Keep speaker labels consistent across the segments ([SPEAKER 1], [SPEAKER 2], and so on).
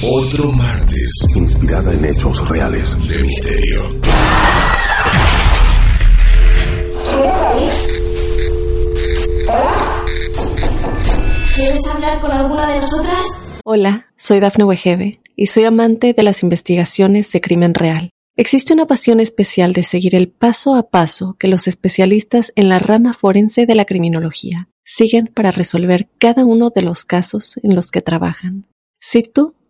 [SPEAKER 1] otro martes
[SPEAKER 2] inspirada en hechos reales.
[SPEAKER 1] de misterio.
[SPEAKER 3] ¿Quieres hablar con alguna de nosotras?
[SPEAKER 4] Hola, soy Dafne Wegebe y soy amante de las investigaciones de crimen real. Existe una pasión especial de seguir el paso a paso que los especialistas en la rama forense de la criminología siguen para resolver cada uno de los casos en los que trabajan. Si tú,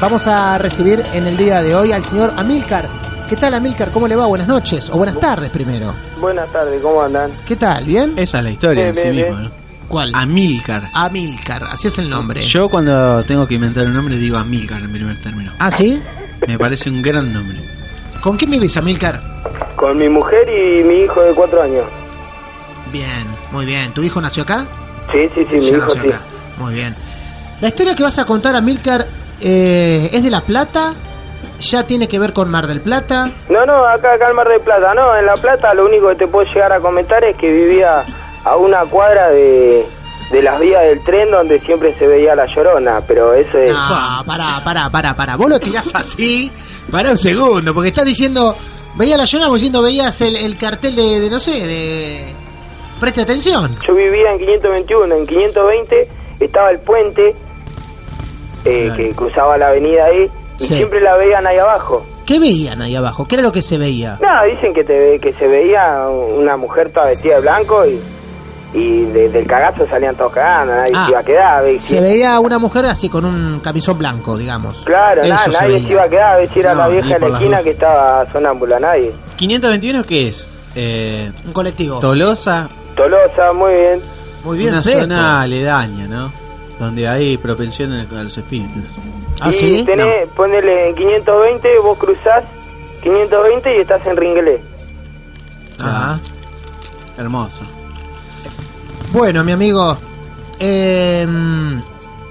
[SPEAKER 5] Vamos a recibir en el día de hoy al señor Amílcar. ¿Qué tal Amílcar? ¿Cómo le va? Buenas noches o buenas tardes primero.
[SPEAKER 6] Buenas tardes, ¿cómo andan?
[SPEAKER 5] ¿Qué tal? ¿Bien?
[SPEAKER 7] Esa es la historia en
[SPEAKER 6] Bien,
[SPEAKER 7] sí
[SPEAKER 6] bien,
[SPEAKER 7] mismo.
[SPEAKER 6] bien.
[SPEAKER 7] ¿no?
[SPEAKER 5] ¿Cuál?
[SPEAKER 7] Amílcar.
[SPEAKER 5] Amílcar, así es el nombre.
[SPEAKER 7] Yo cuando tengo que inventar un nombre digo Amílcar en primer término.
[SPEAKER 5] ¿Ah, sí?
[SPEAKER 7] Me parece un gran nombre.
[SPEAKER 5] ¿Con quién vivís, Amílcar?
[SPEAKER 6] Con mi mujer y mi hijo de cuatro años.
[SPEAKER 5] Bien, muy bien. ¿Tu hijo nació acá?
[SPEAKER 6] Sí, sí, sí, mi
[SPEAKER 5] Ya
[SPEAKER 6] hijo
[SPEAKER 5] nació
[SPEAKER 6] sí.
[SPEAKER 5] acá. Muy bien. La historia que vas a contar, Amílcar, eh, es de La Plata. Ya tiene que ver con Mar del Plata.
[SPEAKER 6] No, no, acá, acá en Mar del Plata, no, en La Plata lo único que te puedo llegar a comentar es que vivía a una cuadra de, de las vías del tren donde siempre se veía la llorona, pero eso es...
[SPEAKER 5] No, pará, pará, pará, pará. Vos lo tirás así. Pará un segundo, porque estás diciendo. Veía la llorona, vos diciendo, veías el, el cartel de, de, no sé, de. Preste atención.
[SPEAKER 6] Yo vivía en 521, en 520 estaba el puente eh,
[SPEAKER 7] Claro.
[SPEAKER 6] que cruzaba la avenida ahí y
[SPEAKER 5] Sí.
[SPEAKER 6] siempre la veían ahí abajo.
[SPEAKER 5] ¿Qué veían ahí abajo? ¿Qué era lo que se veía?
[SPEAKER 6] No, dicen que, te, ve- que se veía una mujer toda vestida de blanco y, y de- del cagazo salían todos cagando, nadie
[SPEAKER 5] Ah,
[SPEAKER 6] se iba a quedar. ¿ves?
[SPEAKER 5] Se veía una mujer así con un camisón blanco, digamos.
[SPEAKER 6] Claro,
[SPEAKER 5] Eso
[SPEAKER 6] nada,
[SPEAKER 5] se
[SPEAKER 6] nadie
[SPEAKER 5] veía.
[SPEAKER 6] se iba a quedar, ¿ves? era
[SPEAKER 7] No,
[SPEAKER 6] la
[SPEAKER 7] ni
[SPEAKER 6] vieja de
[SPEAKER 7] por
[SPEAKER 6] la
[SPEAKER 7] las
[SPEAKER 6] esquina
[SPEAKER 7] dudas.
[SPEAKER 6] que estaba sonámbula, nadie.
[SPEAKER 7] ¿521 qué es? Eh,
[SPEAKER 5] Un colectivo.
[SPEAKER 7] Tolosa,
[SPEAKER 6] Tolosa, muy bien.
[SPEAKER 5] Muy bien,
[SPEAKER 7] una
[SPEAKER 5] fresco.
[SPEAKER 7] zona aledaña, ¿no? Donde hay propensión al- a los espíritus.
[SPEAKER 5] ¿Ah,
[SPEAKER 6] y
[SPEAKER 5] sí?
[SPEAKER 6] tenés, ponele en 520, vos cruzás 520 y estás en Ringelé.
[SPEAKER 5] Ajá.
[SPEAKER 7] Ah, Hermoso.
[SPEAKER 5] Bueno, mi amigo. eh,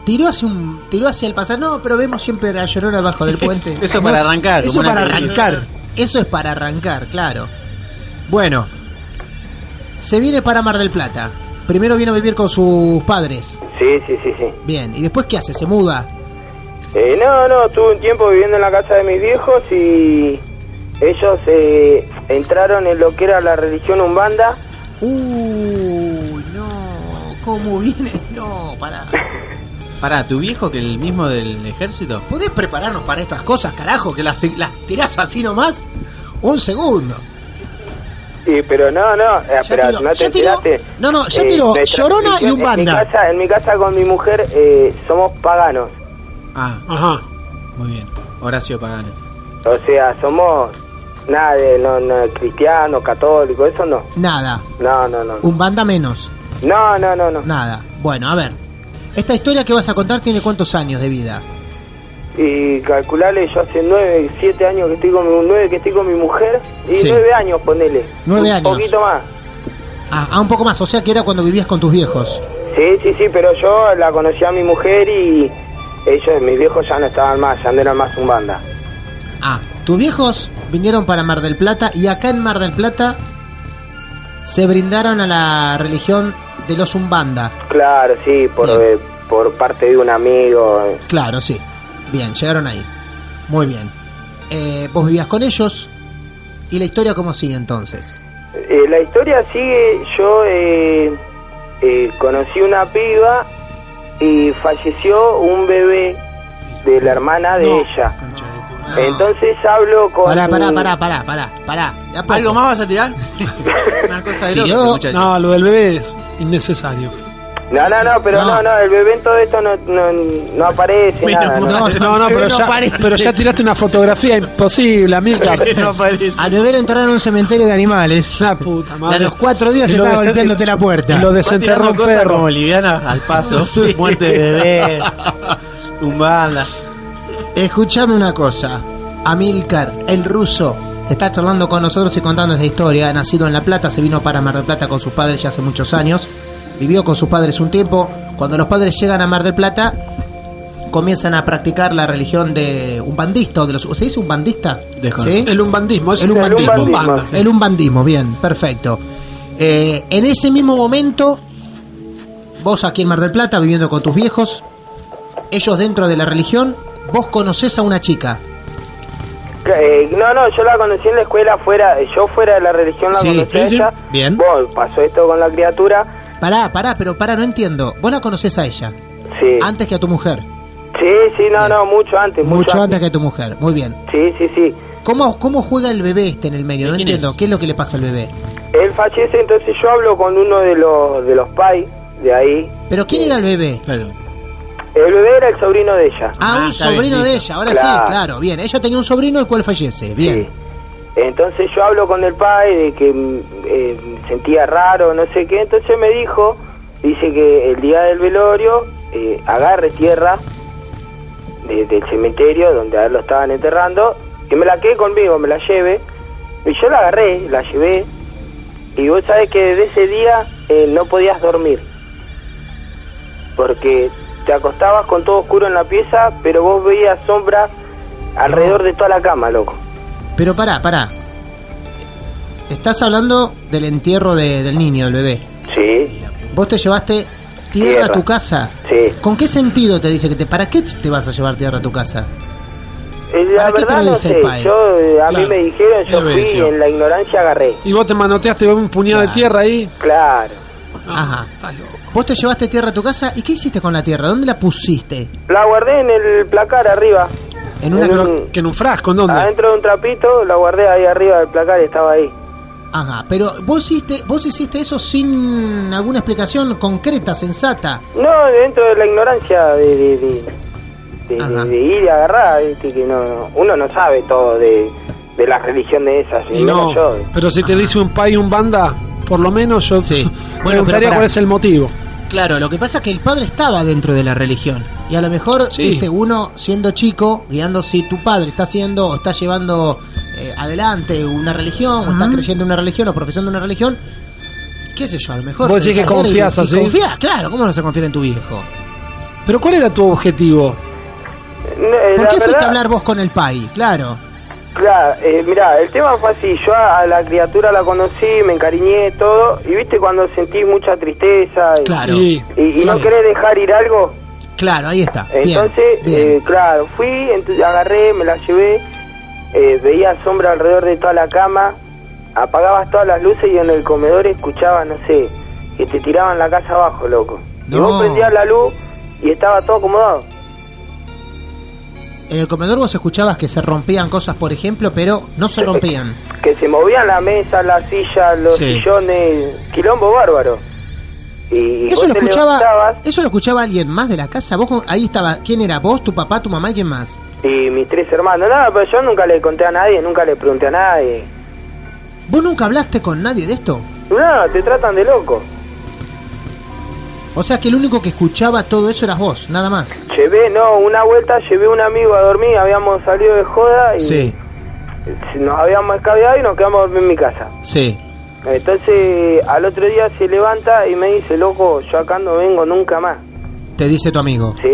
[SPEAKER 5] tiró hacia un tiró hacia el pasar no pero vemos siempre la llorona abajo del puente
[SPEAKER 7] Eso
[SPEAKER 5] No
[SPEAKER 7] para
[SPEAKER 5] es-
[SPEAKER 7] arrancar,
[SPEAKER 5] eso
[SPEAKER 7] como una
[SPEAKER 5] para
[SPEAKER 7] película.
[SPEAKER 5] arrancar eso es para arrancar claro bueno se viene para Mar del Plata primero viene a vivir con sus padres
[SPEAKER 6] Sí, sí, sí, sí.
[SPEAKER 5] bien y después qué hace se muda
[SPEAKER 6] Eh, no, no, estuve un tiempo viviendo en la casa de mis viejos y ellos eh, entraron en lo que era la religión umbanda.
[SPEAKER 5] uy no cómo viene no para
[SPEAKER 7] Pará, ¿tu viejo que el mismo del ejército?
[SPEAKER 5] podés prepararnos para estas cosas carajo que las las tirás así nomás un segundo
[SPEAKER 6] Sí, pero no, no, eh, pero
[SPEAKER 5] tiró,
[SPEAKER 6] no te
[SPEAKER 5] ya tiró.
[SPEAKER 6] enteraste.
[SPEAKER 5] No, no, ya tiró
[SPEAKER 6] nuestra-
[SPEAKER 5] Llorona y
[SPEAKER 6] en-
[SPEAKER 5] Umbanda.
[SPEAKER 6] En mi casa, en mi casa con mi mujer eh, somos paganos.
[SPEAKER 7] Ah,
[SPEAKER 5] ajá
[SPEAKER 7] muy bien. Horacio Pagano.
[SPEAKER 6] O sea, somos nada de no, no, cristiano, católico, eso no.
[SPEAKER 5] nada
[SPEAKER 6] No, no, no.
[SPEAKER 5] un banda menos
[SPEAKER 6] No, no, no, no.
[SPEAKER 5] Nada. Bueno, a ver. Esta historia que vas a contar tiene cuántos años de vida.
[SPEAKER 6] Y calcularle, yo hace nueve, siete años que estoy con mi, nueve que estoy con mi mujer y
[SPEAKER 5] Sí.
[SPEAKER 6] nueve años, ponele.
[SPEAKER 5] Nueve
[SPEAKER 6] Un
[SPEAKER 5] años.
[SPEAKER 6] poquito más.
[SPEAKER 5] Ah, ah, un poco más. O sea que era cuando vivías con tus viejos.
[SPEAKER 6] Sí, sí, sí, pero yo la conocí a mi mujer y ellos, mis viejos ya no estaban más, ya no eran más Umbanda.
[SPEAKER 5] Ah, Tus viejos vinieron para Mar del Plata y acá en Mar del Plata se brindaron a la religión de los Umbanda.
[SPEAKER 6] Claro, sí, por,
[SPEAKER 5] Bien.
[SPEAKER 6] eh, por parte de un amigo. eh.
[SPEAKER 5] Claro, sí. Bien, llegaron ahí. Muy bien. Eh, vos vivías con ellos. ¿Y la historia cómo sigue entonces?
[SPEAKER 6] Eh, la historia sigue, yo eh, eh, conocí una piba y falleció un bebé de la hermana de ella.
[SPEAKER 5] No.
[SPEAKER 6] Entonces hablo con...
[SPEAKER 5] Ah. Pará, pará, pará, pará, pará, pará. De a poco.
[SPEAKER 7] ¿Algo más vas a tirar? Una cosa de
[SPEAKER 5] Tiró.
[SPEAKER 7] loco, muchacho.
[SPEAKER 8] No, lo del bebé es innecesario.
[SPEAKER 6] No, no, no, pero
[SPEAKER 5] No.
[SPEAKER 6] no, no, el bebé en todo esto no, no, no aparece, nada. no.
[SPEAKER 5] No,
[SPEAKER 8] No, no, pero,
[SPEAKER 5] no
[SPEAKER 8] ya,
[SPEAKER 5] parece.
[SPEAKER 8] pero ya tiraste una fotografía imposible, Amilcar.
[SPEAKER 7] No parece.
[SPEAKER 5] Al bebé lo enterraron en un cementerio de animales.
[SPEAKER 8] La puta
[SPEAKER 5] Y a
[SPEAKER 8] madre.
[SPEAKER 5] los cuatro días
[SPEAKER 8] Y lo
[SPEAKER 5] estaba
[SPEAKER 8] desen-
[SPEAKER 5] golpeándote la puerta.
[SPEAKER 7] Va
[SPEAKER 8] y Lo
[SPEAKER 7] tirando
[SPEAKER 8] desenterró un
[SPEAKER 7] cosas
[SPEAKER 8] perro.
[SPEAKER 7] como liviana al paso.
[SPEAKER 5] Sí.
[SPEAKER 7] Muerte de bebé. Tumbada.
[SPEAKER 5] Escúchame una cosa. Amilcar, el ruso, está charlando con nosotros y contando esta historia. Nacido en La Plata, se vino para Mar del Plata con sus padres ya hace muchos años. Vivió con sus padres un tiempo. Cuando los padres llegan a Mar del Plata, comienzan a practicar la religión de un bandista. O de los, ¿Se dice un bandista?
[SPEAKER 7] Desconozco.
[SPEAKER 5] ¿Sí?
[SPEAKER 8] El umbandismo. Es
[SPEAKER 5] El umbandismo.
[SPEAKER 8] Umbanda, sí.
[SPEAKER 5] El umbandismo, bien, perfecto. Eh, en ese mismo momento, vos aquí en Mar del Plata, viviendo con tus viejos, ellos dentro de la religión, vos conocés a una chica.
[SPEAKER 6] Eh, no, no, yo la conocí en la escuela, fuera, yo fuera de la religión la
[SPEAKER 5] Sí,
[SPEAKER 6] conocí a
[SPEAKER 8] sí, sí.
[SPEAKER 6] ella.
[SPEAKER 5] Bien.
[SPEAKER 6] Bueno, pasó esto con la criatura.
[SPEAKER 5] Pará, pará, pero pará, no entiendo. Vos la conocés a ella,
[SPEAKER 6] Sí.
[SPEAKER 5] antes que a tu mujer.
[SPEAKER 6] sí, sí, no, no, mucho antes.
[SPEAKER 5] Mucho, antes que a tu mujer, muy bien.
[SPEAKER 6] Sí, sí, sí.
[SPEAKER 5] ¿Cómo, ¿Cómo juega el bebé este en el medio? No
[SPEAKER 7] ¿Quién
[SPEAKER 5] entiendo.
[SPEAKER 7] es?
[SPEAKER 5] ¿Qué es lo que le pasa al bebé?
[SPEAKER 6] Él fallece, entonces yo hablo con uno de los de los pais de ahí.
[SPEAKER 5] ¿Pero quién era el bebé?
[SPEAKER 7] Claro.
[SPEAKER 6] El bebé era el sobrino de ella.
[SPEAKER 5] Ah,
[SPEAKER 7] Ah,
[SPEAKER 5] un
[SPEAKER 7] está bien,
[SPEAKER 5] sobrino de
[SPEAKER 7] listo.
[SPEAKER 5] ella. Ahora
[SPEAKER 6] Claro.
[SPEAKER 5] sí, claro, bien. Ella tenía un sobrino el cual fallece. Bien.
[SPEAKER 6] Sí. Entonces yo hablo con el pai de que mm, eh, sentía raro, no sé qué. Entonces me dijo, dice que el día del velorio eh, agarre tierra de- del cementerio donde a él lo estaban enterrando, que me la quede conmigo, me la lleve. Y yo la agarré, la llevé. Y vos sabés que desde ese día eh, no podías dormir. Porque te acostabas con todo oscuro en la pieza, pero vos veías sombras alrededor de toda la cama, loco.
[SPEAKER 5] Pero pará, pará. Estás hablando del entierro de- del niño, del bebé.
[SPEAKER 6] Sí,
[SPEAKER 5] Vos te llevaste tierra a
[SPEAKER 6] Tierra.
[SPEAKER 5] tu casa.
[SPEAKER 6] sí.
[SPEAKER 5] ¿Con qué sentido te dice que te... ¿Para qué te vas a llevar tierra a tu casa?
[SPEAKER 6] Eh,
[SPEAKER 5] ¿Para qué
[SPEAKER 6] La
[SPEAKER 5] te
[SPEAKER 6] verdad
[SPEAKER 5] lo
[SPEAKER 6] no
[SPEAKER 5] dice
[SPEAKER 6] sé,
[SPEAKER 5] el padre?
[SPEAKER 6] yo eh, a mí
[SPEAKER 8] Claro.
[SPEAKER 6] me dijeron, yo
[SPEAKER 7] Él
[SPEAKER 6] fui
[SPEAKER 7] obedeció.
[SPEAKER 6] y en la ignorancia agarré.
[SPEAKER 8] Y vos te manoteaste un puñado
[SPEAKER 5] Claro.
[SPEAKER 8] de tierra ahí.
[SPEAKER 6] Claro.
[SPEAKER 5] Ajá.
[SPEAKER 8] Estás loco.
[SPEAKER 5] Vos te llevaste tierra a tu casa y ¿qué hiciste con la tierra? ¿Dónde la pusiste?
[SPEAKER 6] La guardé en el placar arriba.
[SPEAKER 5] En una...
[SPEAKER 6] En
[SPEAKER 5] cro-
[SPEAKER 6] un-
[SPEAKER 8] Que en un frasco, ¿en dónde?
[SPEAKER 6] Adentro de un trapito, la guardé ahí arriba del placar, estaba ahí.
[SPEAKER 5] Ajá. Pero vos hiciste, vos hiciste eso sin alguna explicación concreta, sensata.
[SPEAKER 6] No, dentro de la ignorancia de, de, de- de-
[SPEAKER 5] Ajá.
[SPEAKER 6] de ir y agarrar, viste, que no, no- uno no sabe todo de, de la religión de esas, y
[SPEAKER 8] Y no,
[SPEAKER 6] menos yo.
[SPEAKER 8] pero si te dice un país, un banda, por lo menos yo
[SPEAKER 5] Sí. Bueno, pero
[SPEAKER 8] preguntaría
[SPEAKER 5] pará.
[SPEAKER 8] cuál es el motivo.
[SPEAKER 5] Claro, lo que pasa es que el padre estaba dentro de la religión. Y a lo mejor,
[SPEAKER 8] Sí.
[SPEAKER 5] viste, uno siendo chico, guiando si tu padre está haciendo o está llevando eh, adelante una religión, o está creyendo en una religión o profesando una religión, qué sé yo, a lo mejor.
[SPEAKER 8] Vos
[SPEAKER 5] te
[SPEAKER 8] decís que
[SPEAKER 5] dejas guiar y-
[SPEAKER 8] confiás
[SPEAKER 5] y
[SPEAKER 8] así.
[SPEAKER 5] Confías, claro, ¿cómo no se confía en tu viejo?
[SPEAKER 8] Pero ¿cuál era tu objetivo?
[SPEAKER 6] No, eh,
[SPEAKER 5] ¿Por
[SPEAKER 6] la
[SPEAKER 5] qué fuiste
[SPEAKER 6] verdad-
[SPEAKER 5] a hablar vos con el pai? Claro.
[SPEAKER 6] Claro, eh, mirá, el tema fue así, yo a, a la criatura la conocí, me encariñé, todo, y viste cuando sentís mucha tristeza y,
[SPEAKER 5] Claro.
[SPEAKER 8] Y-
[SPEAKER 6] y- y no
[SPEAKER 5] Sí.
[SPEAKER 6] querés dejar ir algo,
[SPEAKER 5] Claro, ahí está. Bien,
[SPEAKER 6] entonces,
[SPEAKER 5] bien.
[SPEAKER 6] eh, claro, fui, entonces agarré, me la llevé, eh, veía sombra alrededor de toda la cama, apagabas todas las luces y en el comedor escuchabas, no sé, que te tiraban la casa abajo, loco. Y
[SPEAKER 5] No.
[SPEAKER 6] vos prendías la luz y estaba todo acomodado.
[SPEAKER 5] En el comedor vos escuchabas que se rompían cosas, por ejemplo, pero no se rompían.
[SPEAKER 6] que se movían la mesa, la silla, los
[SPEAKER 5] Sí.
[SPEAKER 6] sillones, quilombo bárbaro. Y
[SPEAKER 5] Eso
[SPEAKER 6] vos
[SPEAKER 5] lo
[SPEAKER 6] te
[SPEAKER 5] escuchaba,
[SPEAKER 6] levantabas
[SPEAKER 5] eso lo escuchaba alguien más de la casa. Vos con- ahí estaba, ¿quién era? ¿Vos, tu papá, tu mamá y quién más?
[SPEAKER 6] y mis tres hermanos, nada, pero yo nunca le conté a nadie, nunca le pregunté a nadie.
[SPEAKER 5] ¿Vos nunca hablaste con nadie de esto?
[SPEAKER 6] No, te tratan de loco.
[SPEAKER 5] O sea que el único que escuchaba todo eso eras vos, nada más.
[SPEAKER 6] Llevé, no, una vuelta llevé a un amigo a dormir, habíamos salido de joda y nos habíamos escabeado y nos quedamos a dormir en mi casa.
[SPEAKER 5] sí.
[SPEAKER 6] Entonces al otro día se levanta y me dice, loco, yo acá no vengo nunca más.
[SPEAKER 5] Te dice tu amigo.
[SPEAKER 6] Sí.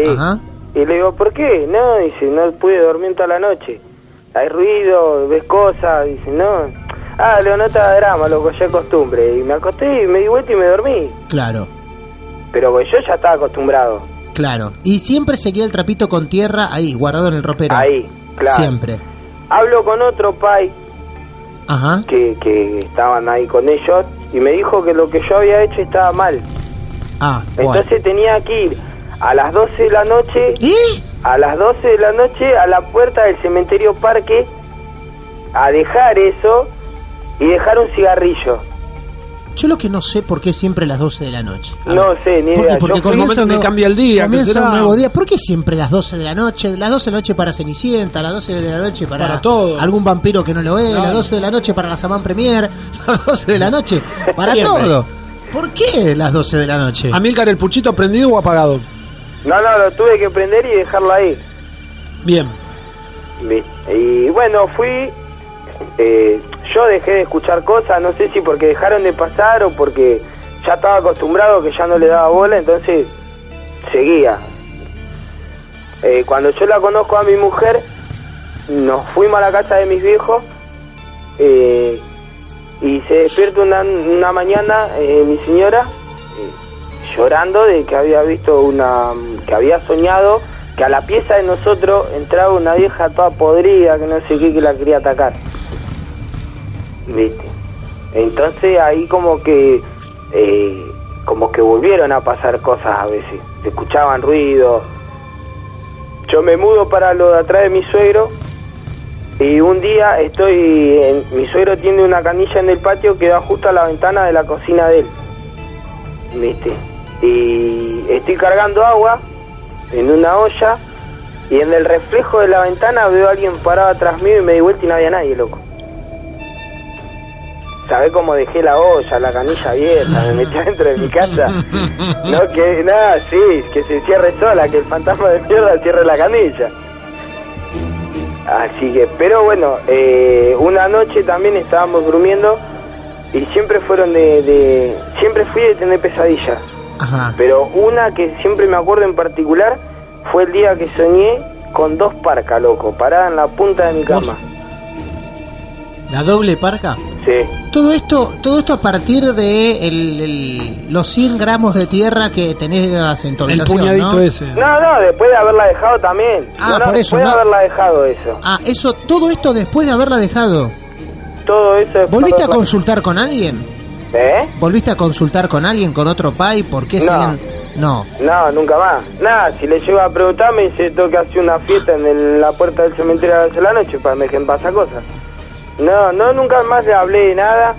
[SPEAKER 6] Y le digo, ¿por qué? No, dice, no pude dormir toda la noche. hay ruido, ves cosas, dice, no. Ah, Leonota drama, loco, ya es costumbre. Y me acosté y me di vuelta y me dormí.
[SPEAKER 5] Claro,
[SPEAKER 6] Pero pues, yo ya estaba acostumbrado.
[SPEAKER 5] claro. Y siempre se queda el trapito con tierra ahí, guardado en el ropero.
[SPEAKER 6] Ahí, claro.
[SPEAKER 5] Siempre.
[SPEAKER 6] Hablo con otro pai
[SPEAKER 5] Ajá.
[SPEAKER 6] que, que estaban ahí con ellos y me dijo que lo que yo había hecho estaba mal.
[SPEAKER 5] Ah, bueno.
[SPEAKER 6] Entonces tenía que ir a las 12 de la noche,
[SPEAKER 5] ¿Y?
[SPEAKER 6] a las 12 de la noche a la puerta del cementerio parque a dejar eso y dejar un cigarrillo.
[SPEAKER 5] Yo lo que no sé por qué siempre las 12 de la noche. A
[SPEAKER 6] No
[SPEAKER 5] ver.
[SPEAKER 6] sé,
[SPEAKER 5] ¿Por
[SPEAKER 6] ni
[SPEAKER 5] qué?
[SPEAKER 6] idea.
[SPEAKER 5] Porque
[SPEAKER 6] Yo
[SPEAKER 8] comienza
[SPEAKER 5] un
[SPEAKER 8] donde
[SPEAKER 5] nuevo-
[SPEAKER 8] cambia el día, ¿qué
[SPEAKER 5] Comienza
[SPEAKER 8] será?
[SPEAKER 5] un nuevo día. ¿Por qué siempre las 12 de la noche? Las 12 de la noche para Cenicienta, las 12 de la noche para,
[SPEAKER 8] Para todo.
[SPEAKER 5] algún vampiro que no lo ve, las 12 de la noche para la Saman Premier, las 12 de la noche para todo. ¿Por qué las 12 de la noche?
[SPEAKER 8] Amílcar, ¿el puchito prendido o apagado?
[SPEAKER 6] No, no, lo tuve que prender y dejarlo ahí.
[SPEAKER 8] Bien.
[SPEAKER 6] Vi- Y bueno, fui. eh, yo dejé de escuchar cosas, no sé si porque dejaron de pasar o porque ya estaba acostumbrado que ya no le daba bola, entonces seguía. Eh, cuando yo la conozco a mi mujer, nos fuimos a la casa de mis viejos eh, y se despierta una, una mañana eh, mi señora eh, llorando de que había visto una que había soñado que a la pieza de nosotros entraba una vieja toda podrida que no sé qué que la quería atacar viste entonces ahí como que eh, como que volvieron a pasar cosas a veces se escuchaban ruidos yo me mudo para lo de atrás de mi suegro y un día estoy, en- mi suegro tiene una canilla en el patio que da justo a la ventana de la cocina de él. ¿Viste? Y estoy cargando agua en una olla y en el reflejo de la ventana veo a alguien parado atrás mío y me di vuelta y no había nadie, loco. ¿Sabés cómo dejé la olla, la canilla abierta? Me metí adentro de mi casa. No, que nada, sí, que se cierre sola, que el fantasma de mierda cierre la canilla. Así que, pero bueno, eh, una noche también estábamos durmiendo y siempre fueron de, de- Siempre fui de tener pesadillas.
[SPEAKER 5] Ajá.
[SPEAKER 6] Pero una que siempre me acuerdo en particular fue el día que soñé con dos parcas, loco, parada en la punta de mi cama.
[SPEAKER 7] ¿La doble parca?
[SPEAKER 6] Sí.
[SPEAKER 5] Todo esto, todo esto a partir de el- el- los 100 gramos de tierra que tenés en tu
[SPEAKER 8] El
[SPEAKER 5] habitación,
[SPEAKER 8] puñadito
[SPEAKER 5] ¿no?
[SPEAKER 8] ese.
[SPEAKER 6] No, no, después de haberla dejado también.
[SPEAKER 5] Ah,
[SPEAKER 6] No, no,
[SPEAKER 5] por eso,
[SPEAKER 6] Después
[SPEAKER 5] no.
[SPEAKER 6] de haberla dejado eso.
[SPEAKER 5] Ah, eso, todo esto después de haberla dejado.
[SPEAKER 6] Todo eso después
[SPEAKER 5] ¿Volviste
[SPEAKER 6] de
[SPEAKER 5] a
[SPEAKER 6] haberla-
[SPEAKER 5] consultar con alguien?
[SPEAKER 6] ¿Eh?
[SPEAKER 5] ¿Volviste a consultar con alguien, con otro pai? ¿Por qué
[SPEAKER 6] No.
[SPEAKER 5] siguen? No.
[SPEAKER 6] No, nunca más. Nada, si le llego a preguntar, me dice, tengo que hacer una fiesta en el- la puerta del cementerio a las 11 de la noche para me dejen pasar cosas. No, no, nunca más le hablé de nada.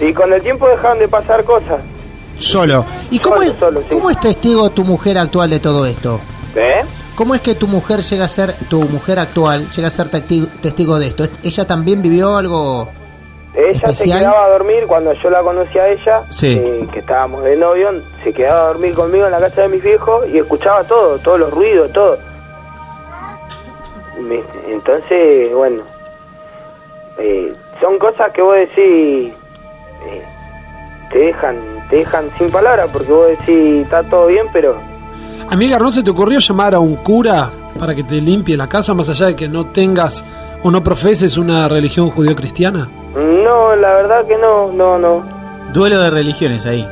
[SPEAKER 6] Y con el tiempo dejaron de pasar cosas.
[SPEAKER 5] Solo. ¿Y
[SPEAKER 6] Solo,
[SPEAKER 5] cómo es,
[SPEAKER 6] solo, sí.
[SPEAKER 5] cómo es testigo tu mujer actual de todo esto?
[SPEAKER 6] ¿Eh?
[SPEAKER 5] ¿Cómo es que tu mujer llega a ser, tu mujer actual llega a ser tecti- testigo de esto? ¿Ella también vivió algo?
[SPEAKER 6] Ella
[SPEAKER 5] ¿Especial?
[SPEAKER 6] se quedaba a dormir cuando yo la conocí a ella,
[SPEAKER 5] Sí.
[SPEAKER 6] eh, que estábamos de novio, se quedaba a dormir conmigo en la casa de mis viejos y escuchaba todo, todos los ruidos, todo. Me- Entonces, bueno, eh, son cosas que vos decís, eh, te dejan te dejan sin palabras porque vos decís, está todo bien, pero
[SPEAKER 8] Amiga, ¿no se te ocurrió llamar a un cura para que te limpie la casa más allá de que no tengas o no profeses una religión judío-cristiana?
[SPEAKER 6] no, la verdad que no, no, no.
[SPEAKER 7] Duelo de religiones ahí.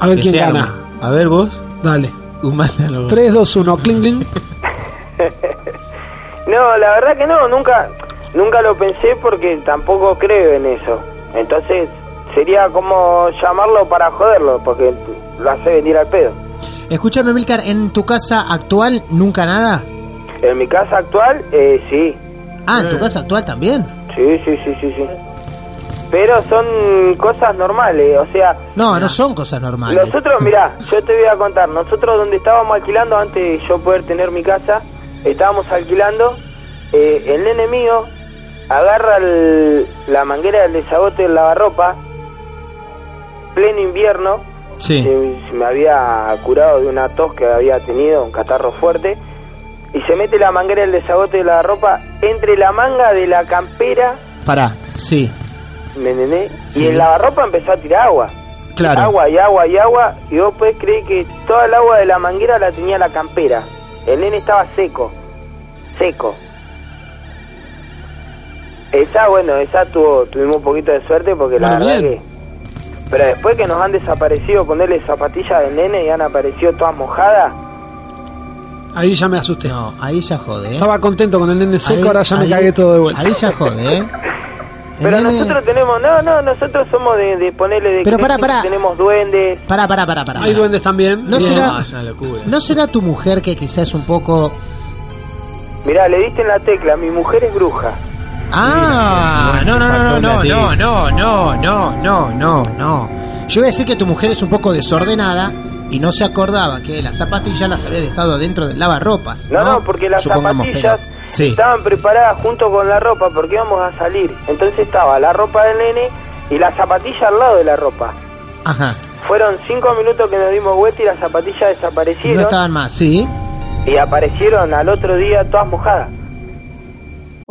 [SPEAKER 8] A ver
[SPEAKER 7] Que
[SPEAKER 8] quién
[SPEAKER 7] se
[SPEAKER 8] gana.
[SPEAKER 7] arme. A ver vos,
[SPEAKER 8] Dale.
[SPEAKER 7] un mándalo.
[SPEAKER 8] 3, 2, 1, cling, cling.
[SPEAKER 6] No, la verdad que no, nunca, nunca lo pensé porque tampoco creo en eso. Entonces sería como llamarlo para joderlo, porque lo hace venir al pedo.
[SPEAKER 5] Escúchame, Milcar, ¿en tu casa actual nunca nada?
[SPEAKER 6] En mi casa actual, eh, sí,
[SPEAKER 5] Ah, ¿en tu casa actual también?
[SPEAKER 6] sí, sí, sí, sí, sí. Pero son cosas normales, o sea,
[SPEAKER 5] No, no son cosas normales.
[SPEAKER 6] nosotros, mirá, yo te voy a contar, nosotros donde estábamos alquilando antes de yo poder tener mi casa, estábamos alquilando, eh, el nene mío agarra el- la manguera del desagote del lavarropa, pleno invierno,
[SPEAKER 5] Sí.
[SPEAKER 6] se- se me había curado de una tos que había tenido, un catarro fuerte, y se mete la manguera del desagote de la ropa entre la manga de la campera,
[SPEAKER 5] Pará, sí,
[SPEAKER 6] ¿me entendés?
[SPEAKER 5] Sí.
[SPEAKER 6] Y el lavarropa empezó a tirar agua.
[SPEAKER 5] claro.
[SPEAKER 6] Agua y agua y agua, y vos podés creer que toda el agua de la manguera la tenía la campera. El nene estaba seco, seco. Esa, bueno, esa tuvo, tuvimos un poquito de suerte porque la
[SPEAKER 8] Bueno,
[SPEAKER 6] verdad
[SPEAKER 8] bien.
[SPEAKER 6] que... Pero después que nos han desaparecido, ponerle zapatillas del nene y han aparecido todas mojadas.
[SPEAKER 8] Ahí ya me asusté.
[SPEAKER 5] No, ahí ya jode, ¿eh?
[SPEAKER 8] Estaba contento con el nene seco,
[SPEAKER 5] Ahí-
[SPEAKER 8] ahora ya me
[SPEAKER 5] ahí-
[SPEAKER 8] cagué todo de vuelta.
[SPEAKER 5] Ahí ya jode, ¿eh? El
[SPEAKER 6] Pero
[SPEAKER 5] nene-
[SPEAKER 6] nosotros tenemos... No, no, nosotros somos de, de ponerle de...
[SPEAKER 5] Pero pará,
[SPEAKER 6] Christmas,
[SPEAKER 5] pará.
[SPEAKER 6] Tenemos duendes.
[SPEAKER 5] Pará, pará, pará, pará.
[SPEAKER 8] Hay
[SPEAKER 5] pará.
[SPEAKER 8] duendes también.
[SPEAKER 5] No
[SPEAKER 8] Bien.
[SPEAKER 5] será-
[SPEAKER 7] Ah, es una locura.
[SPEAKER 5] ¿No será tu mujer que quizás un poco...
[SPEAKER 6] Mirá, le diste en la tecla, mi mujer es bruja.
[SPEAKER 5] Ah, no, no, no, no, no, no, no, no, no, no, no, no. Yo iba a decir que tu mujer es un poco desordenada y no se acordaba que las zapatillas las había dejado dentro del lavarropas.
[SPEAKER 6] No, no, porque las
[SPEAKER 5] Supongamos, pero-
[SPEAKER 6] zapatillas
[SPEAKER 5] Sí.
[SPEAKER 6] estaban preparadas junto con la ropa porque íbamos a salir. Entonces estaba la ropa del nene y la zapatilla al lado de la ropa.
[SPEAKER 5] Ajá.
[SPEAKER 6] Fueron cinco minutos que nos dimos vuelta y las zapatillas desaparecieron
[SPEAKER 5] No estaban más, sí.
[SPEAKER 6] y aparecieron al otro día todas mojadas.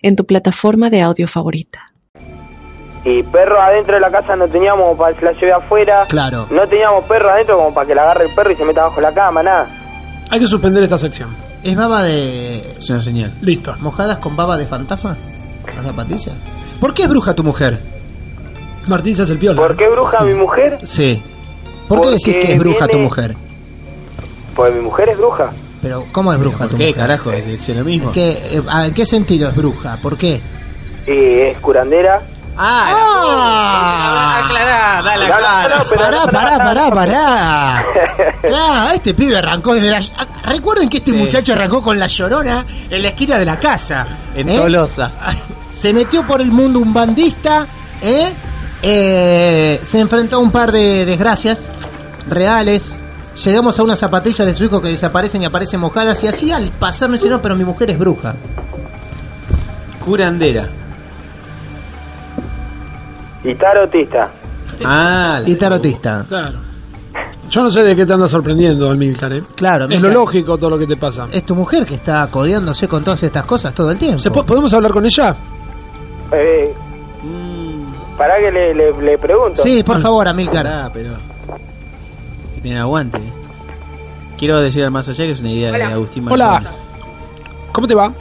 [SPEAKER 4] en tu plataforma de audio favorita.
[SPEAKER 6] Y perro adentro de la casa no teníamos para que la lleve afuera.
[SPEAKER 5] Claro.
[SPEAKER 6] No teníamos perro adentro como para que la agarre el perro y se meta bajo la cama, nada.
[SPEAKER 8] Hay que suspender esta sección.
[SPEAKER 5] Es baba de...
[SPEAKER 7] Es una señal.
[SPEAKER 8] Listo.
[SPEAKER 5] ¿Mojadas con baba de fantasma? Las zapatillas. ¿Por qué es bruja tu mujer?
[SPEAKER 8] Martín se hace el piola.
[SPEAKER 6] ¿Por qué bruja mi mujer?
[SPEAKER 5] Sí. ¿Por qué
[SPEAKER 6] Porque
[SPEAKER 5] decís que es bruja tu
[SPEAKER 6] viene-
[SPEAKER 5] mujer?
[SPEAKER 6] Pues mi mujer es bruja.
[SPEAKER 5] Pero, ¿cómo es bruja tu
[SPEAKER 7] ¿Por qué,
[SPEAKER 5] mujer?
[SPEAKER 7] carajo? Es es lo mismo.
[SPEAKER 5] ¿Qué, eh, ¿En qué sentido es bruja? ¿Por qué?
[SPEAKER 6] Y es curandera.
[SPEAKER 5] ¡Ah!
[SPEAKER 7] Aclará, dale
[SPEAKER 6] No, no, no, pero-
[SPEAKER 5] Pará, pará, pará, pará. Claro, este pibe arrancó desde la. Recuerden que este
[SPEAKER 7] Sí.
[SPEAKER 5] muchacho arrancó con la llorona en la esquina de la casa.
[SPEAKER 7] En
[SPEAKER 5] ¿eh?
[SPEAKER 7] Tolosa.
[SPEAKER 5] Se metió por el mundo un bandista, ¿eh? Eh, se enfrentó a un par de desgracias reales. Llegamos a unas zapatillas de su hijo que desaparecen y aparecen mojadas. Y así al pasar me dice, no, pero mi mujer es bruja.
[SPEAKER 7] Curandera.
[SPEAKER 5] ¿Eh?
[SPEAKER 6] Y tarotista.
[SPEAKER 7] Ah, la-
[SPEAKER 5] Y tarotista.
[SPEAKER 8] Claro. Yo no sé de qué te andas sorprendiendo, Almilcar, ¿eh?
[SPEAKER 5] Claro,
[SPEAKER 8] Es
[SPEAKER 5] mira.
[SPEAKER 8] lo lógico todo lo que te pasa.
[SPEAKER 5] Es tu mujer que está codeándose con todas estas cosas todo el tiempo.
[SPEAKER 8] ¿Se po- ¿Podemos hablar con ella?
[SPEAKER 6] Eh, Pará que le, le, le pregunto.
[SPEAKER 5] Sí, por favor, Amilcar.
[SPEAKER 7] Pará, pero. Que tiene aguante. eh. Quiero decir al más allá que es una idea de Agustín
[SPEAKER 8] Hola.
[SPEAKER 7] Marconi.
[SPEAKER 8] ¿Cómo te va?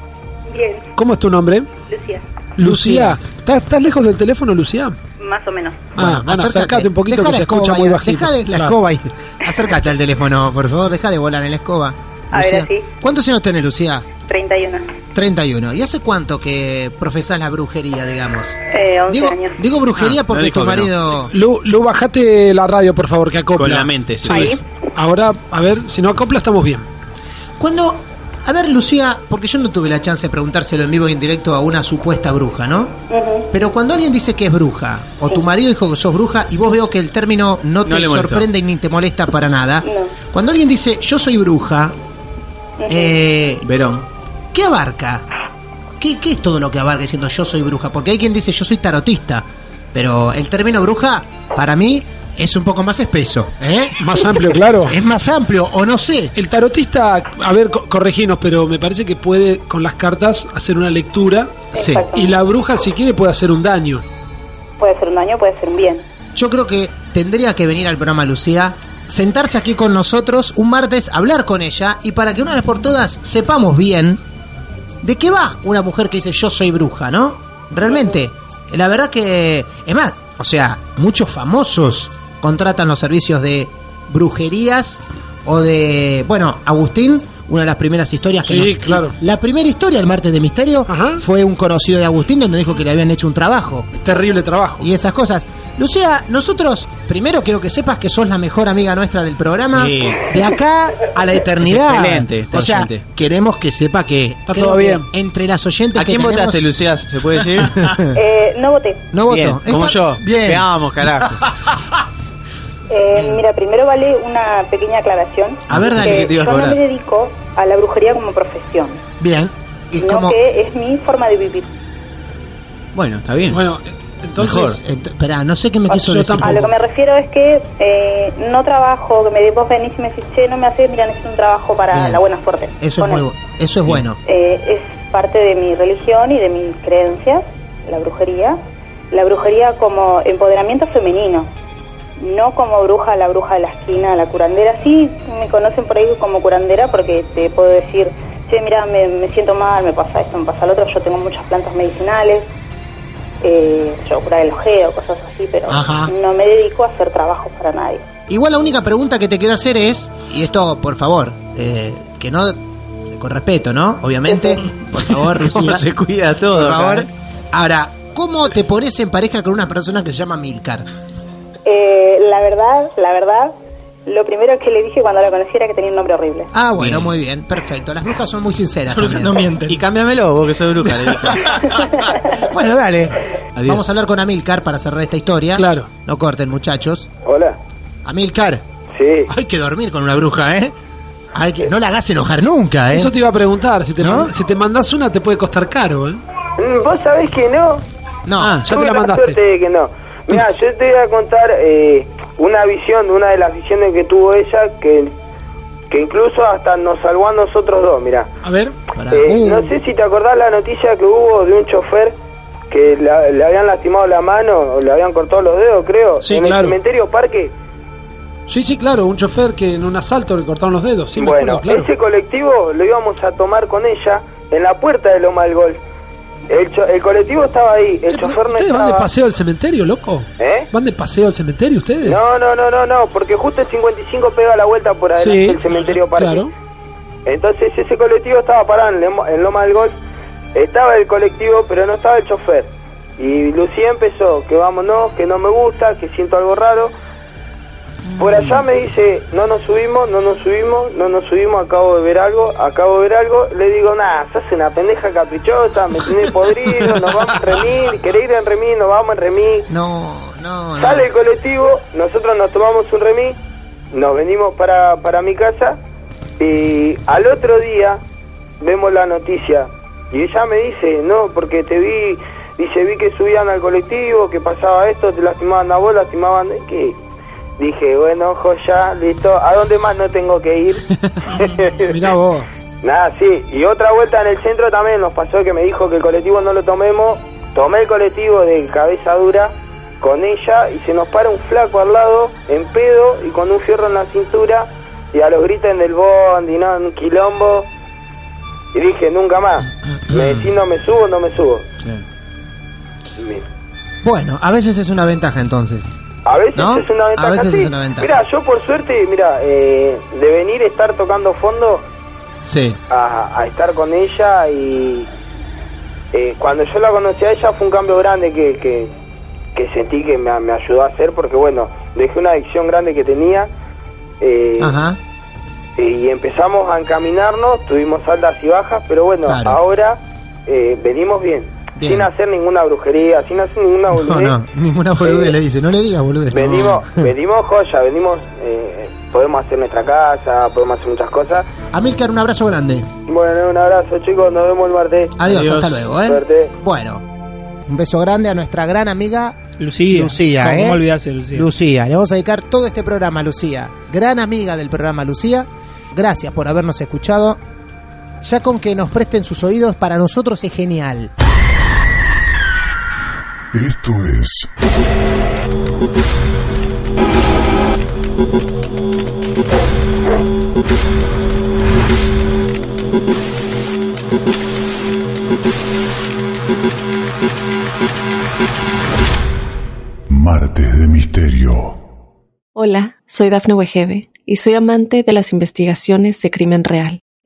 [SPEAKER 9] Bien,
[SPEAKER 8] ¿Cómo es tu nombre?
[SPEAKER 9] Lucía,
[SPEAKER 8] Lucía. ¿Estás, estás lejos del teléfono, Lucía?
[SPEAKER 9] más o menos.
[SPEAKER 8] ah, bueno, acércate un poquito
[SPEAKER 5] Dejá
[SPEAKER 8] que
[SPEAKER 5] la
[SPEAKER 8] se
[SPEAKER 5] escoba
[SPEAKER 8] escucha
[SPEAKER 5] ahí,
[SPEAKER 8] muy bajito.
[SPEAKER 5] dejá de- la
[SPEAKER 8] Claro.
[SPEAKER 5] escoba ahí. Acércate al teléfono, por favor. Deja de volar en la escoba.
[SPEAKER 9] A ver,
[SPEAKER 5] Lucía.
[SPEAKER 9] así.
[SPEAKER 5] ¿Cuántos años tenés, Lucía?
[SPEAKER 9] 31,
[SPEAKER 5] 31. ¿Y hace cuánto que profesás la brujería, digamos?
[SPEAKER 9] eh, 11
[SPEAKER 5] Digo,
[SPEAKER 9] años.
[SPEAKER 5] digo brujería
[SPEAKER 7] Ah, no
[SPEAKER 5] porque
[SPEAKER 7] dijo
[SPEAKER 5] tu
[SPEAKER 7] que no.
[SPEAKER 5] marido...
[SPEAKER 8] Lu, Lu, bajate la radio, por favor, que acopla.
[SPEAKER 7] Con la mente, sí.
[SPEAKER 9] Ahí.
[SPEAKER 8] Ahora, a ver, si no acopla, estamos bien.
[SPEAKER 5] Cuando... A ver, Lucía, porque yo no tuve la chance de preguntárselo en vivo y en directo a una supuesta bruja, ¿no?
[SPEAKER 9] Ujú.
[SPEAKER 5] Pero cuando alguien dice que es bruja, o tu marido dijo que sos bruja, y vos veo que el término no te
[SPEAKER 7] le molestó.
[SPEAKER 5] sorprende y ni te molesta para nada,
[SPEAKER 9] No.
[SPEAKER 5] cuando alguien dice yo soy bruja, eh,
[SPEAKER 7] Verón.
[SPEAKER 5] ¿qué abarca? ¿Qué, qué es todo lo que abarca diciendo yo soy bruja? Porque hay quien dice yo soy tarotista, pero el término bruja para mí es un poco más espeso, ¿eh?
[SPEAKER 8] Más amplio, claro.
[SPEAKER 5] Es más amplio, o no sé.
[SPEAKER 8] El tarotista, a ver, co- correginos, pero me parece que puede con las cartas hacer una lectura
[SPEAKER 5] Sí.
[SPEAKER 8] y la bruja, si quiere, puede hacer un daño.
[SPEAKER 9] Puede ser un daño, puede ser un bien.
[SPEAKER 5] Yo creo que tendría que venir al programa Lucía, sentarse aquí con nosotros un martes, hablar con ella y para que una vez por todas sepamos bien de qué va una mujer que dice yo soy bruja, ¿no? Realmente, la verdad que, es más, o sea, muchos famosos contratan los servicios de brujerías o de, bueno, Agustín. Una de las primeras historias que...
[SPEAKER 8] Sí, claro.
[SPEAKER 5] La primera historia, el martes de misterio,
[SPEAKER 8] Ajá.
[SPEAKER 5] fue un conocido de Agustín donde dijo que le habían hecho un trabajo
[SPEAKER 8] Terrible trabajo.
[SPEAKER 5] y esas cosas. Lucía, nosotros primero quiero que sepas que sos la mejor amiga nuestra del programa.
[SPEAKER 7] Sí.
[SPEAKER 5] De acá a la eternidad.
[SPEAKER 7] excelente, esta
[SPEAKER 5] o sea,
[SPEAKER 7] oyente.
[SPEAKER 5] queremos que sepa que
[SPEAKER 8] Está
[SPEAKER 5] creo
[SPEAKER 8] todo
[SPEAKER 5] que
[SPEAKER 8] bien.
[SPEAKER 5] entre las oyentes que
[SPEAKER 7] ¿A quién
[SPEAKER 5] tenemos-
[SPEAKER 7] votaste, Lucía? ¿Se puede decir?
[SPEAKER 9] Eh, no voté.
[SPEAKER 5] No voto.
[SPEAKER 7] Bien, como
[SPEAKER 5] Está-
[SPEAKER 7] yo.
[SPEAKER 5] Bien.
[SPEAKER 7] Te amamos, carajo.
[SPEAKER 6] Mm.
[SPEAKER 9] Eh, mira, primero vale una pequeña aclaración.
[SPEAKER 5] A ver, dale,
[SPEAKER 9] Que
[SPEAKER 7] que te
[SPEAKER 9] yo
[SPEAKER 7] ibas a
[SPEAKER 9] no
[SPEAKER 7] cobrar.
[SPEAKER 9] me dedico a la brujería como profesión,
[SPEAKER 5] Bien. Y
[SPEAKER 9] sino
[SPEAKER 5] como
[SPEAKER 9] que es mi forma de vivir.
[SPEAKER 7] Bueno, está bien.
[SPEAKER 8] Bueno, eh,
[SPEAKER 5] Entonces, ent- espera, no sé qué me
[SPEAKER 8] Ah,
[SPEAKER 5] quiso
[SPEAKER 8] yo
[SPEAKER 5] decir.
[SPEAKER 9] A lo que me refiero es que eh, no trabajo, que me de- vos venís y me decís, che, no me haces, mira, necesito un trabajo para
[SPEAKER 5] Bien.
[SPEAKER 9] la buena suerte.
[SPEAKER 5] Eso es,
[SPEAKER 9] Ponele.
[SPEAKER 5] muy, bu- eso es bueno.
[SPEAKER 9] Eh, es parte de mi religión y de mis creencias, la brujería. La brujería como empoderamiento femenino, no como bruja, la bruja de la esquina, la curandera. Sí, me conocen por ahí como curandera porque te puedo decir, che, mira, me, me siento mal, me pasa esto, me pasa lo otro, yo tengo muchas plantas medicinales, eh, yo curar el ojeo, cosas así, pero
[SPEAKER 5] Ajá.
[SPEAKER 9] no me dedico a hacer trabajos para nadie.
[SPEAKER 5] Igual la única pregunta que te quiero hacer es, y esto por favor, eh, que no, con respeto, ¿no? Obviamente, por favor, Lucía.
[SPEAKER 7] se cuida todo.
[SPEAKER 5] Por
[SPEAKER 7] acá,
[SPEAKER 5] favor.
[SPEAKER 7] ¿eh?
[SPEAKER 5] Ahora, ¿cómo te pones en pareja con una persona que se llama Milcar?
[SPEAKER 9] Eh, la verdad, la verdad, lo primero que le dije cuando la conocí era que tenía un nombre horrible.
[SPEAKER 5] Ah, bueno,
[SPEAKER 7] Bien.
[SPEAKER 5] muy bien, perfecto. Las brujas son muy sinceras. también.
[SPEAKER 7] Y cámbiamelo, vos que sos bruja. le dije.
[SPEAKER 5] Bueno, dale.
[SPEAKER 7] Adiós.
[SPEAKER 5] Vamos a hablar con Amilcar para cerrar esta historia.
[SPEAKER 8] Claro.
[SPEAKER 5] No corten, muchachos.
[SPEAKER 6] Hola.
[SPEAKER 5] Amilcar,
[SPEAKER 6] Sí.
[SPEAKER 5] hay que dormir con una bruja, ¿eh? Hay que, no la hagas enojar nunca, ¿eh?
[SPEAKER 8] Eso te iba a preguntar, si te,
[SPEAKER 5] ¿No?
[SPEAKER 8] man- si te mandás una te puede costar caro, ¿eh?
[SPEAKER 6] Mm, Vos sabés que no.
[SPEAKER 5] No,
[SPEAKER 8] Ah, ya
[SPEAKER 6] Tuve
[SPEAKER 8] te la
[SPEAKER 6] suerte
[SPEAKER 8] mandaste.
[SPEAKER 6] de que no. Mira, yo te voy a contar eh, una visión, una de las visiones que tuvo ella, que, que incluso hasta nos salvó a nosotros dos, mira.
[SPEAKER 8] A ver,
[SPEAKER 5] pará.
[SPEAKER 6] Eh,
[SPEAKER 5] Uh,
[SPEAKER 6] no sé si te acordás la noticia que hubo de un chofer que la- le habían lastimado la mano, o le habían cortado los dedos, creo,
[SPEAKER 8] Sí,
[SPEAKER 6] en el
[SPEAKER 8] claro.
[SPEAKER 6] cementerio parque.
[SPEAKER 8] sí, sí, claro, un chofer que en un asalto le cortaron los dedos. Sí, me
[SPEAKER 6] bueno,
[SPEAKER 8] acuerdo, claro.
[SPEAKER 6] ese colectivo lo íbamos a tomar con ella en la puerta de Loma del Golf. El, cho- el colectivo estaba ahí, el
[SPEAKER 8] Che, pero
[SPEAKER 6] chofer no
[SPEAKER 8] ¿Ustedes van de
[SPEAKER 6] estaba.
[SPEAKER 8] paseo al cementerio, loco?
[SPEAKER 6] ¿Eh?
[SPEAKER 8] ¿Van de paseo al cementerio ustedes?
[SPEAKER 6] No, no, no, no, no, porque justo el 55 pega la vuelta por adelante
[SPEAKER 8] Sí,
[SPEAKER 6] el cementerio parque.
[SPEAKER 8] claro.
[SPEAKER 6] Entonces ese colectivo estaba parado en, Lemo- en Loma del Golf, estaba el colectivo, pero no estaba el chofer. Y Lucía empezó, que vámonos, que no me gusta, que siento algo raro. Por allá me dice, no nos subimos, no nos subimos, no nos subimos, acabo de ver algo, acabo de ver algo. Le digo, nada, sos una pendeja caprichosa, me tenés podrido, nos vamos en remil, querés ir en remil, nos vamos en remil.
[SPEAKER 5] No, no, no.
[SPEAKER 6] Sale el colectivo, nosotros nos tomamos un remis, nos venimos para, para mi casa y al otro día vemos la noticia. Y ella me dice, no, porque te vi, dice, vi que subían al colectivo, que pasaba esto, te lastimaban a vos, lastimaban que Dije, bueno, ojo ya, listo, ¿a dónde más no tengo que ir?
[SPEAKER 8] Mirá vos.
[SPEAKER 6] Nada, sí. Y otra vuelta en el centro también nos pasó que me dijo que el colectivo no lo tomemos. Tomé el colectivo de cabeza dura con ella y se nos para un flaco al lado, en pedo y con un fierro en la cintura y a los gritos del bondi, ¿no? Un quilombo. Y dije, nunca más. Me decís, no me subo, no me subo.
[SPEAKER 7] Sí.
[SPEAKER 6] Y-
[SPEAKER 5] Bueno, a veces es una ventaja entonces.
[SPEAKER 6] A veces
[SPEAKER 5] ¿No?
[SPEAKER 6] es una ventaja.
[SPEAKER 5] A veces
[SPEAKER 6] sí.
[SPEAKER 5] es una ventaja.
[SPEAKER 6] Mira, yo por suerte, mira, eh, de venir estar tocando fondo,
[SPEAKER 5] Sí.
[SPEAKER 6] a, a estar con ella y eh, cuando yo la conocí a ella fue un cambio grande que, que, que sentí que me, me ayudó a hacer porque bueno, dejé una adicción grande que tenía eh,
[SPEAKER 5] Ajá.
[SPEAKER 6] y empezamos a encaminarnos, tuvimos altas y bajas, pero bueno,
[SPEAKER 5] Claro.
[SPEAKER 6] ahora eh, venimos bien,
[SPEAKER 5] Bien.
[SPEAKER 6] sin hacer ninguna brujería, sin hacer ninguna
[SPEAKER 5] No,
[SPEAKER 6] boludez.
[SPEAKER 5] no, ninguna boludez le dice. No le digas boludez. no.
[SPEAKER 6] Venimos, venimos joya, venimos, eh, podemos hacer nuestra casa, podemos hacer muchas cosas.
[SPEAKER 5] Amilcar, un abrazo grande.
[SPEAKER 6] Bueno, un abrazo chicos, nos vemos el martes.
[SPEAKER 5] Adiós,
[SPEAKER 7] Adiós.
[SPEAKER 5] hasta luego, ¿eh?
[SPEAKER 6] Suerte.
[SPEAKER 5] Bueno, un beso grande a nuestra gran amiga
[SPEAKER 10] Lucía.
[SPEAKER 5] Lucía,
[SPEAKER 10] ¿Cómo,
[SPEAKER 5] ¿eh?
[SPEAKER 10] cómo olvidarse de Lucía?
[SPEAKER 5] Lucía. Le vamos a dedicar todo este programa a Lucía. Gran amiga del programa Lucía. Gracias por habernos escuchado. Ya con que nos presten sus oídos, para nosotros es genial.
[SPEAKER 2] Esto es Martes de Misterio.
[SPEAKER 4] Hola, soy Dafne Wegebe y soy amante de las investigaciones de crimen real.